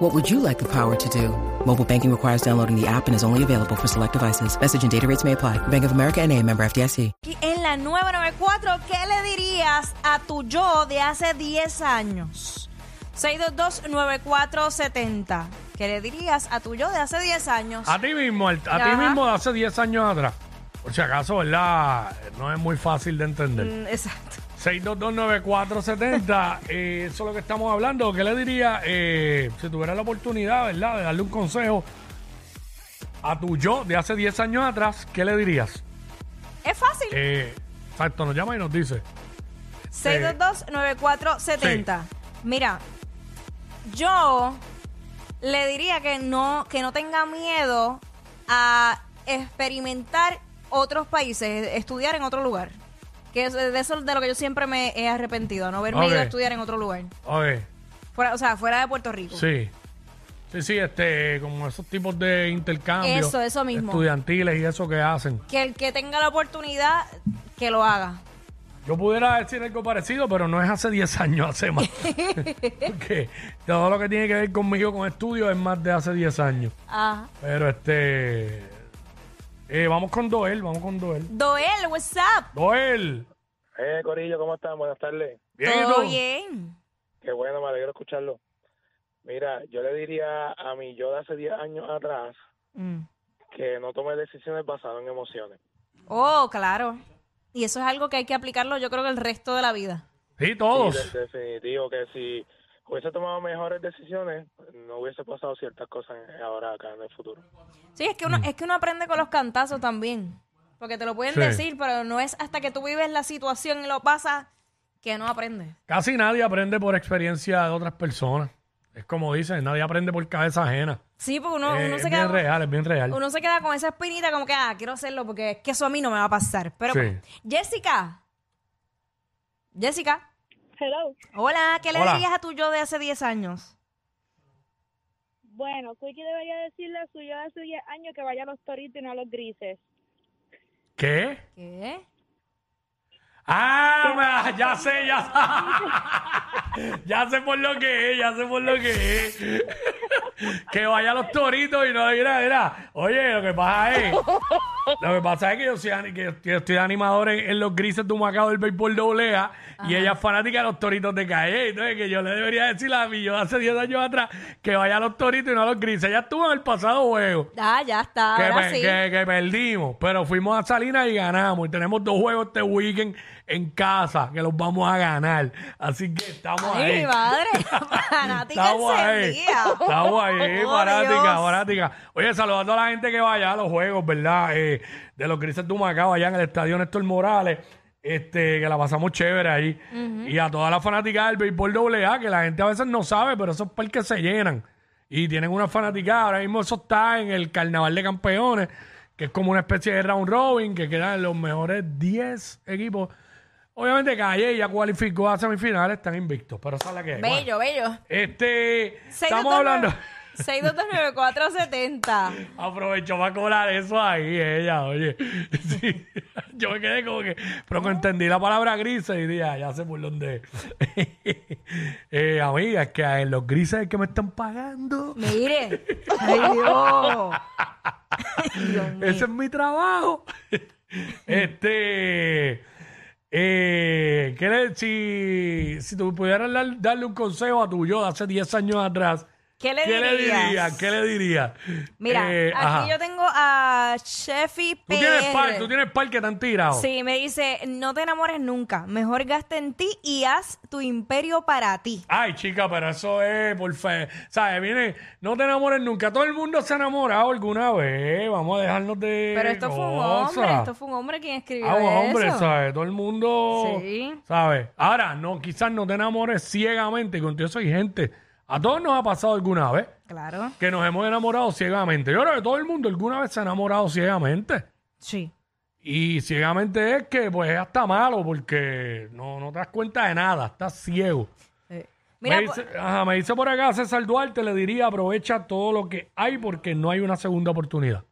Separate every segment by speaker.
Speaker 1: What would you like the power to do? Mobile banking requires downloading the app and is only available for select devices. Message and data rates may apply. Bank of America and a member FDIC.
Speaker 2: Aquí en la 994, ¿qué le dirías a tu yo de hace 10 años? 622-9470. ¿Qué le dirías a tu yo de hace 10 años?
Speaker 3: A ti mismo, al- a
Speaker 2: Ajá.
Speaker 3: ti mismo de hace 10 años atrás. Por si acaso, ¿verdad? No es muy fácil de entender.
Speaker 2: Mm, Exacto.
Speaker 3: 6229470, eh, eso es lo que estamos hablando. ¿Qué le diría eh, si tuviera la oportunidad, ¿verdad? De darle un consejo a tu yo de hace 10 años atrás, ¿qué le dirías?
Speaker 2: Es fácil.
Speaker 3: Eh, exacto, nos llama y nos dice.
Speaker 2: 622-9470. Mira, yo le diría que no, que no tenga miedo a experimentar otros países, estudiar en otro lugar. Que es- de eso es de lo que yo siempre me he arrepentido, no haberme ido a
Speaker 3: Ok.
Speaker 2: estudiar en otro lugar.
Speaker 3: Oye,
Speaker 2: Fuera- o sea, fuera de Puerto Rico.
Speaker 3: sí. Sí, sí, este, como esos tipos de intercambios.
Speaker 2: Eso, eso mismo.
Speaker 3: Estudiantiles y eso que hacen.
Speaker 2: Que el que tenga la oportunidad, que lo haga.
Speaker 3: Yo pudiera decir algo parecido, pero no es hace 10 años, hace más. Porque todo lo que tiene que ver conmigo con estudios es más de hace 10 años.
Speaker 2: Ajá.
Speaker 3: Pero este. eh, vamos con Doel, vamos con Doel.
Speaker 2: Doel, what's up?
Speaker 3: Doel.
Speaker 4: Eh, Corillo, ¿cómo están? Buenas tardes.
Speaker 3: Bien, ¿y
Speaker 2: ¿Todo
Speaker 3: tú?
Speaker 2: bien?
Speaker 4: Qué bueno, me alegro escucharlo. Mira, yo le diría a mi yo de hace 10 años atrás
Speaker 2: Mm.
Speaker 4: que no tome decisiones basadas en emociones.
Speaker 2: Oh, claro. Y eso es algo que hay que aplicarlo, yo creo que el resto de la vida.
Speaker 3: Sí,
Speaker 4: Y
Speaker 3: todos.
Speaker 4: de- definitivo que si hubiese tomado mejores decisiones, pues, no hubiese pasado ciertas cosas en- ahora acá en el futuro.
Speaker 2: Sí, es que uno, es que uno aprende con los cantazos también. Porque te lo pueden
Speaker 3: Mm. Sí.
Speaker 2: decir, pero no es hasta que tú vives la situación y lo pasas que no aprendes.
Speaker 3: Casi nadie aprende por experiencia de otras personas. Es como dicen, nadie aprende por cabeza ajena.
Speaker 2: Sí, porque uno,
Speaker 3: Eh,
Speaker 2: uno
Speaker 3: es
Speaker 2: se
Speaker 3: bien
Speaker 2: queda.
Speaker 3: real, es bien real.
Speaker 2: Uno se queda con esa espinita como que, ah, quiero hacerlo porque es que eso a mí no me va a pasar. Pero, pues
Speaker 3: Sí.
Speaker 2: Jessica. Jessica.
Speaker 5: Hello.
Speaker 2: Hola, ¿qué le
Speaker 3: Hola.
Speaker 2: dirías a tu yo de hace 10 años?
Speaker 5: Bueno, Quickie debería decirle a su yo de hace 10 años que vaya a los toritos y no a los grises.
Speaker 3: ¿Qué?
Speaker 2: ¿Qué?
Speaker 3: Ah, ma- ya sé, ya sé. ya sé por lo que es, ya sé por lo que es. que vaya a los toritos y no mira, mira. Oye, lo que pasa es. Lo que pasa es que yo, soy, ani- que yo estoy- estoy animador en, en los grises de Humacao del béisbol doble A y ella es fanática de los toritos de calle. Entonces, que yo le debería decir a mí, yo hace 10 años atrás, que vaya a los toritos y no a los grises. Ella estuvo en el pasado juego.
Speaker 2: Ah, ya está,
Speaker 3: Que,
Speaker 2: ahora
Speaker 3: pe-
Speaker 2: sí.
Speaker 3: que- que perdimos, pero fuimos a Salinas y ganamos. Y tenemos dos juegos este weekend en casa que los vamos a ganar. Así que estamos
Speaker 2: Ay,
Speaker 3: ahí.
Speaker 2: mi madre, fanática
Speaker 3: Estamos ahí.
Speaker 2: encendida.
Speaker 3: Estamos ahí,
Speaker 2: Oh,
Speaker 3: fanática,
Speaker 2: Dios.
Speaker 3: fanática. Oye, saludando a la gente que vaya a los juegos, ¿verdad? Eh, de los Grises de Humacao, allá en el estadio Néstor Morales. Este, que la pasamos chévere ahí. Y a toda la fanática del béisbol doble A, que la gente a veces no sabe, pero esos parques se llenan. Y tienen una fanaticada. Ahora mismo eso está en el Carnaval de Campeones, que es como una especie de round robin, que quedan los mejores 10 equipos. Obviamente Calle ya cualificó a semifinales, están invictos, pero esa es la que hay. Bueno.
Speaker 2: Bello, bello.
Speaker 3: Este, estamos
Speaker 2: 622-9-
Speaker 3: hablando.
Speaker 2: 6229470.
Speaker 3: Aprovechó para colar eso ahí, ella, oye. Sí. Yo me quedé como que. Pero que entendí la palabra grises y dije, ah, ya sé por dónde. es. eh, amiga, es que en los grises es que me están pagando.
Speaker 2: Mire. Ay, Dios. Dios mío.
Speaker 3: Ese es mi trabajo. este. Eh, ¿qué le- si, si tú pudieras dar- darle un consejo a tu yo de hace 10 años atrás,
Speaker 2: ¿Qué le
Speaker 3: ¿qué le
Speaker 2: dirías?
Speaker 3: dirías? ¿Qué le dirías?
Speaker 2: Mira,
Speaker 3: Eh,
Speaker 2: aquí
Speaker 3: ajá.
Speaker 2: yo tengo a Chefi
Speaker 3: Tú
Speaker 2: PR.
Speaker 3: tienes par, tú tienes par que te han tirado.
Speaker 2: Sí, me dice, no te enamores nunca. Mejor gasta en ti y haz tu imperio para ti.
Speaker 3: Ay, chica, pero eso es, por fe. ¿Sabes? Viene, no te enamores nunca. Todo el mundo se ha enamorado alguna vez. Vamos a dejarnos de.
Speaker 2: Pero esto fue un
Speaker 3: cosas.
Speaker 2: hombre, esto fue un hombre quien escribió
Speaker 3: Ah, bueno, hombre, oh.
Speaker 2: eso.
Speaker 3: ¿sabes? Todo el mundo.
Speaker 2: Sí.
Speaker 3: ¿Sabes? Ahora, no, quizás no te enamores ciegamente. Y contigo soy gente. A todos nos ha pasado alguna vez
Speaker 2: Claro,
Speaker 3: que nos hemos enamorado ciegamente. Yo creo que todo el mundo alguna vez se ha enamorado ciegamente.
Speaker 2: sí.
Speaker 3: Y ciegamente es que pues es hasta malo porque no, no te das cuenta de nada, estás ciego.
Speaker 2: Eh, Mira, pues-
Speaker 3: me, dice, ajá, me dice por acá César Duarte, le diría aprovecha todo lo que hay porque no hay una segunda oportunidad.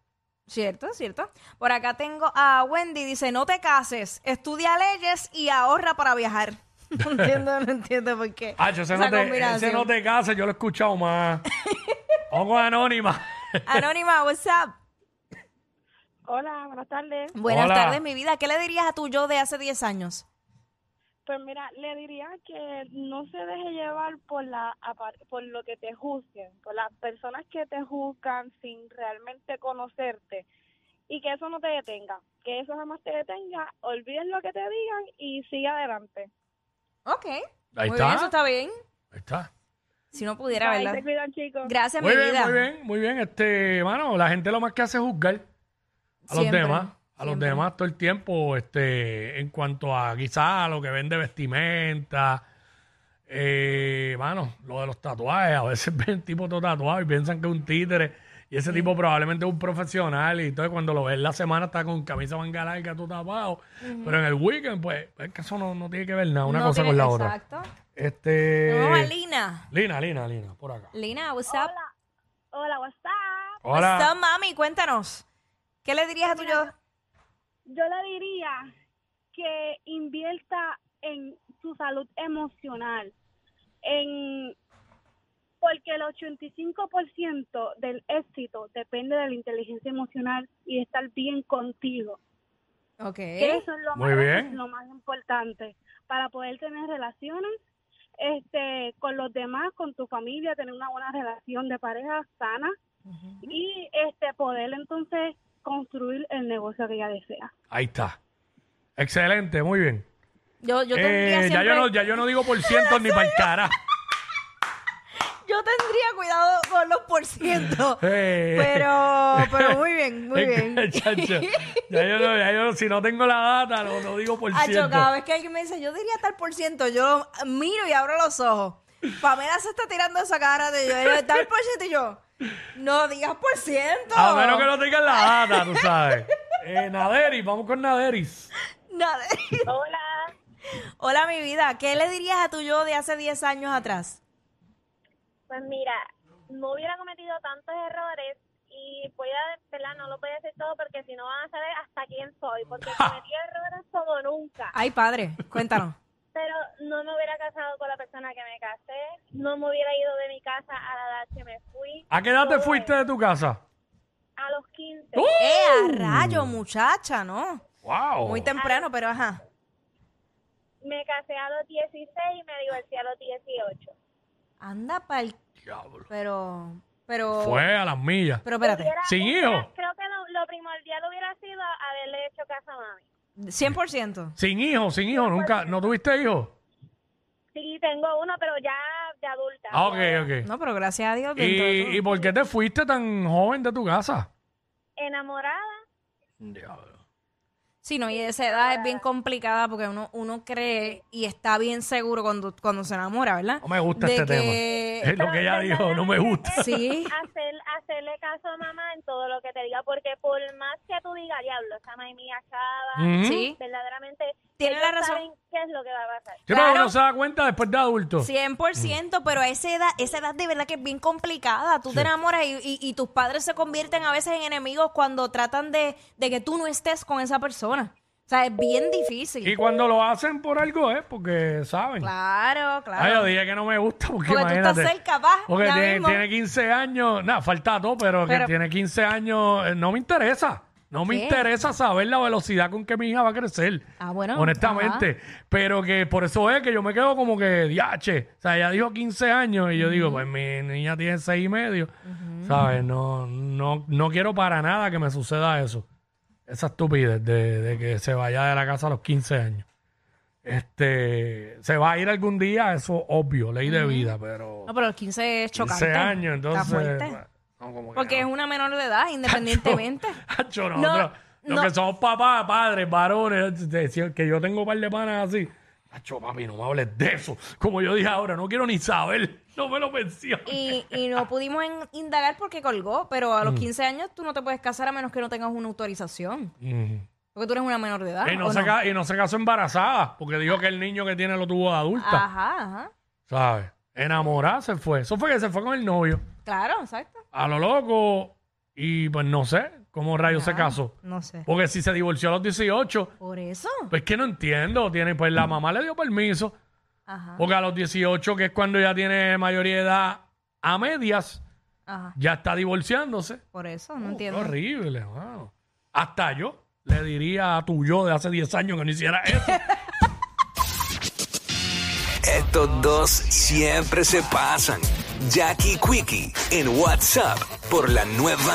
Speaker 2: Cierto, cierto. Por acá tengo a Wendy, dice, no te cases, estudia leyes y ahorra para viajar. No entiendo, no entiendo por qué.
Speaker 3: Ah, yo ese,
Speaker 2: esa
Speaker 3: no te, ese
Speaker 2: combinación.
Speaker 3: no te casa, yo lo he escuchado más. Pongo anónima.
Speaker 2: Anónima, what's up?
Speaker 5: Hola, buenas tardes.
Speaker 2: Buenas
Speaker 3: Hola.
Speaker 2: tardes, mi vida. ¿Qué le dirías a tu yo de hace 10 años?
Speaker 5: Pues mira, le diría que no se deje llevar por la apar- por lo que te juzguen, por las personas que te juzgan sin realmente conocerte y que eso no te detenga, que eso jamás te detenga, olvides lo que te digan y sigue adelante.
Speaker 2: Ok.
Speaker 3: Ahí
Speaker 2: muy
Speaker 3: está.
Speaker 2: bien, eso está bien.
Speaker 3: Ahí está.
Speaker 2: Si no pudiera,
Speaker 5: Ahí
Speaker 2: ¿verdad?
Speaker 5: te cuidan, chicos.
Speaker 2: Gracias,
Speaker 3: Muy
Speaker 2: mi
Speaker 3: bien,
Speaker 2: vida.
Speaker 3: muy bien, muy bien. Este, mano, la gente lo más que hace es juzgar a los
Speaker 2: Siempre,
Speaker 3: demás, a los
Speaker 2: siempre.
Speaker 3: demás todo el tiempo, este, en cuanto a quizás a lo que vende vestimenta, eh, mano, lo de los tatuajes, a veces ven tipo todo tatuado y piensan que es un títere, y ese tipo probablemente es un profesional, y entonces cuando lo ves la semana está con camisa manga larga, todo tapado, pero en el weekend, pues, es que eso no, no tiene que ver nada, una
Speaker 2: No
Speaker 3: cosa
Speaker 2: tiene-
Speaker 3: con la otra.
Speaker 2: exacto.
Speaker 3: Este,
Speaker 2: Vamos a Lina.
Speaker 3: Lina, Lina, Lina, por acá.
Speaker 2: Lina, what's up?
Speaker 5: Hola, WhatsApp.
Speaker 3: Hola.
Speaker 2: What's up, mami? Cuéntanos. ¿Qué le dirías a tu yo?
Speaker 5: Yo le diría que invierta en su salud emocional, en porque el 85% del éxito depende de la inteligencia emocional y de estar bien contigo.
Speaker 2: Ok.
Speaker 5: Que Eso es lo
Speaker 3: Muy
Speaker 5: más,
Speaker 3: bien.
Speaker 5: lo más importante para poder tener relaciones este, con los demás, con tu familia, tener una buena relación de pareja sana y este poder entonces construir el negocio que ella desea.
Speaker 3: Ahí está. Excelente, muy bien.
Speaker 2: Yo, yo
Speaker 3: Eh,
Speaker 2: tendría
Speaker 3: ya,
Speaker 2: siempre...
Speaker 3: yo no, ya yo no digo por ciento ni para cara.
Speaker 2: Yo tendría cuidado con los por ciento.
Speaker 3: Eh.
Speaker 2: Pero, pero muy bien, muy
Speaker 3: Es que,
Speaker 2: bien.
Speaker 3: Eh, chacho, ya yo no, ya yo no- si no tengo la data, no, no digo por
Speaker 2: Acho,
Speaker 3: ciento.
Speaker 2: cada vez que alguien me dice, yo diría tal por ciento, yo miro y abro los ojos. Pamela se está tirando esa cara de yo, "Yo tal por ciento y yo, no digas por ciento.
Speaker 3: A menos que no tengan la data, tú sabes. Eh, Naderis, vamos con Naderis.
Speaker 2: Nada.
Speaker 5: Hola.
Speaker 2: Hola, mi vida, ¿qué le dirías a tu yo de hace 10 años atrás?
Speaker 5: Pues mira, no hubiera cometido tantos errores y voy a, ¿verdad? No lo voy a decir todo porque si no van a saber hasta quién soy, porque cometí errores como nunca.
Speaker 2: Ay, padre, cuéntanos.
Speaker 5: Pero no me hubiera casado con la persona que me casé, no me hubiera ido de mi casa a la edad que me fui.
Speaker 3: ¿A qué edad te
Speaker 5: Todo
Speaker 3: fuiste de tu casa?
Speaker 5: eso. A los 15.
Speaker 3: ¡Uh!
Speaker 2: ¡Eh, a rayo, muchacha, no!
Speaker 3: ¡Wow!
Speaker 2: Muy temprano, pero ajá.
Speaker 5: Me casé a los 16 y me divorcié a los 18.
Speaker 2: Anda pa'l...
Speaker 3: Diablo.
Speaker 2: Pero, pero...
Speaker 3: Fue a las millas.
Speaker 2: Pero espérate,
Speaker 5: Hubiera-
Speaker 3: Sin
Speaker 5: hubiera-
Speaker 3: hijo.
Speaker 5: Creo que lo, lo primordial hubiera sido haberle hecho caso a mami.
Speaker 2: 100%.
Speaker 3: Sin hijo, sin hijo, nunca. ¿No tuviste hijo?
Speaker 5: Sí, tengo uno, pero ya de adulta.
Speaker 3: Ah, ok, ok.
Speaker 2: No, pero gracias a Dios. dentro de todo.
Speaker 3: ¿Y, ¿Y por qué te fuiste tan joven de tu casa?
Speaker 5: Enamorada.
Speaker 3: Diablo.
Speaker 2: Sí, no, y esa edad es bien complicada porque uno, uno cree y está bien seguro cuando, cuando se enamora, ¿verdad?
Speaker 3: No me gusta
Speaker 2: De
Speaker 3: este
Speaker 2: que-
Speaker 3: tema. Es lo que ella dijo, no me gusta.
Speaker 2: Sí.
Speaker 5: Hacer, hacerle caso a mamá en todo lo que te diga, porque por más que tú digas, diablo, esa maíz mía chava,
Speaker 3: Ujú.
Speaker 2: Sí.
Speaker 5: verdaderamente,
Speaker 2: Tiene
Speaker 5: ellos
Speaker 2: la razón.
Speaker 5: saben qué es lo que va a pasar.
Speaker 3: Sí, pero
Speaker 2: Claro.
Speaker 3: uno se da cuenta después de adulto.
Speaker 2: 100%, pero a esa edad, esa edad de verdad que es bien complicada. Tú te enamoras y, y- y tus padres se convierten a veces en enemigos cuando tratan de, de que tú no estés con esa persona. O sea, es bien difícil.
Speaker 3: Y cuando lo hacen por algo es porque saben.
Speaker 2: Claro,
Speaker 3: Ay, yo
Speaker 2: claro.
Speaker 3: dije que no me gusta porque,
Speaker 2: Porque tú estás
Speaker 3: imagínate.
Speaker 2: cerca, pa,
Speaker 3: Porque
Speaker 2: ya
Speaker 3: tiene,
Speaker 2: mismo.
Speaker 3: tiene 15 años. Nada, falta todo, pero,
Speaker 2: Pero-
Speaker 3: que tiene 15 años. eh, no me interesa. No me
Speaker 2: ¿Qué?
Speaker 3: interesa saber la velocidad con que mi hija va a crecer.
Speaker 2: Ah, bueno,
Speaker 3: Honestamente. Pero que por eso es que yo me quedo como que diache. O sea, ella dijo 15 años y yo digo, pues mi niña tiene 6 y medio. ¿Sabes? No, no, no quiero para nada que me suceda eso. Esa estupidez de, de que se vaya de la casa a los 15 años. Este, se va a ir algún día, eso obvio, ley de vida, pero
Speaker 2: No, pero los 15 es
Speaker 3: 15
Speaker 2: chocante.
Speaker 3: años, entonces
Speaker 2: Está fuerte.
Speaker 3: no, como que
Speaker 2: Porque es
Speaker 3: no.
Speaker 2: una menor de edad, independientemente.
Speaker 3: Hacho,
Speaker 2: No,
Speaker 3: nosotros, los
Speaker 2: no.
Speaker 3: que somos papás, padres, varones, te decía que yo tengo un par de panas así. Hacho, papi, no me hables de eso. Como yo dije ahora, no quiero ni saber, no me lo menciones.
Speaker 2: Y, y no pudimos en-
Speaker 3: Mm.
Speaker 2: indagar porque colgó, pero a los 15 años tú no te puedes casar a menos que no tengas una autorización.
Speaker 3: Ujú.
Speaker 2: Porque tú eres una menor de edad.
Speaker 3: y, no
Speaker 2: ah, ¿o
Speaker 3: se
Speaker 2: no?
Speaker 3: ca- y no se casó embarazada, porque dijo que el niño que tiene lo tuvo de adulta.
Speaker 2: Ajá, ajá.
Speaker 3: ¿Sabes? Enamorada se fue. Eso fue que se fue con el novio.
Speaker 2: Claro, exacto.
Speaker 3: A lo loco. Y pues no sé cómo rayos se casó.
Speaker 2: No sé.
Speaker 3: Porque si se divorció a los 18,
Speaker 2: Por eso.
Speaker 3: pues que no entiendo. Tiene, pues
Speaker 2: Mm.
Speaker 3: la mamá le dio permiso.
Speaker 2: Ah. Ajá,
Speaker 3: Porque a los 18, que es cuando ya tiene mayoría de edad a medias,
Speaker 2: ajá.
Speaker 3: ya está divorciándose.
Speaker 2: Por eso, no
Speaker 3: Oh, qué
Speaker 2: entiendo.
Speaker 3: horrible, mano. Hasta yo le diría a tu yo de hace 10 años que no hiciera eso.
Speaker 6: Estos dos siempre se pasan. Jackie Quickie en WhatsApp por la nueva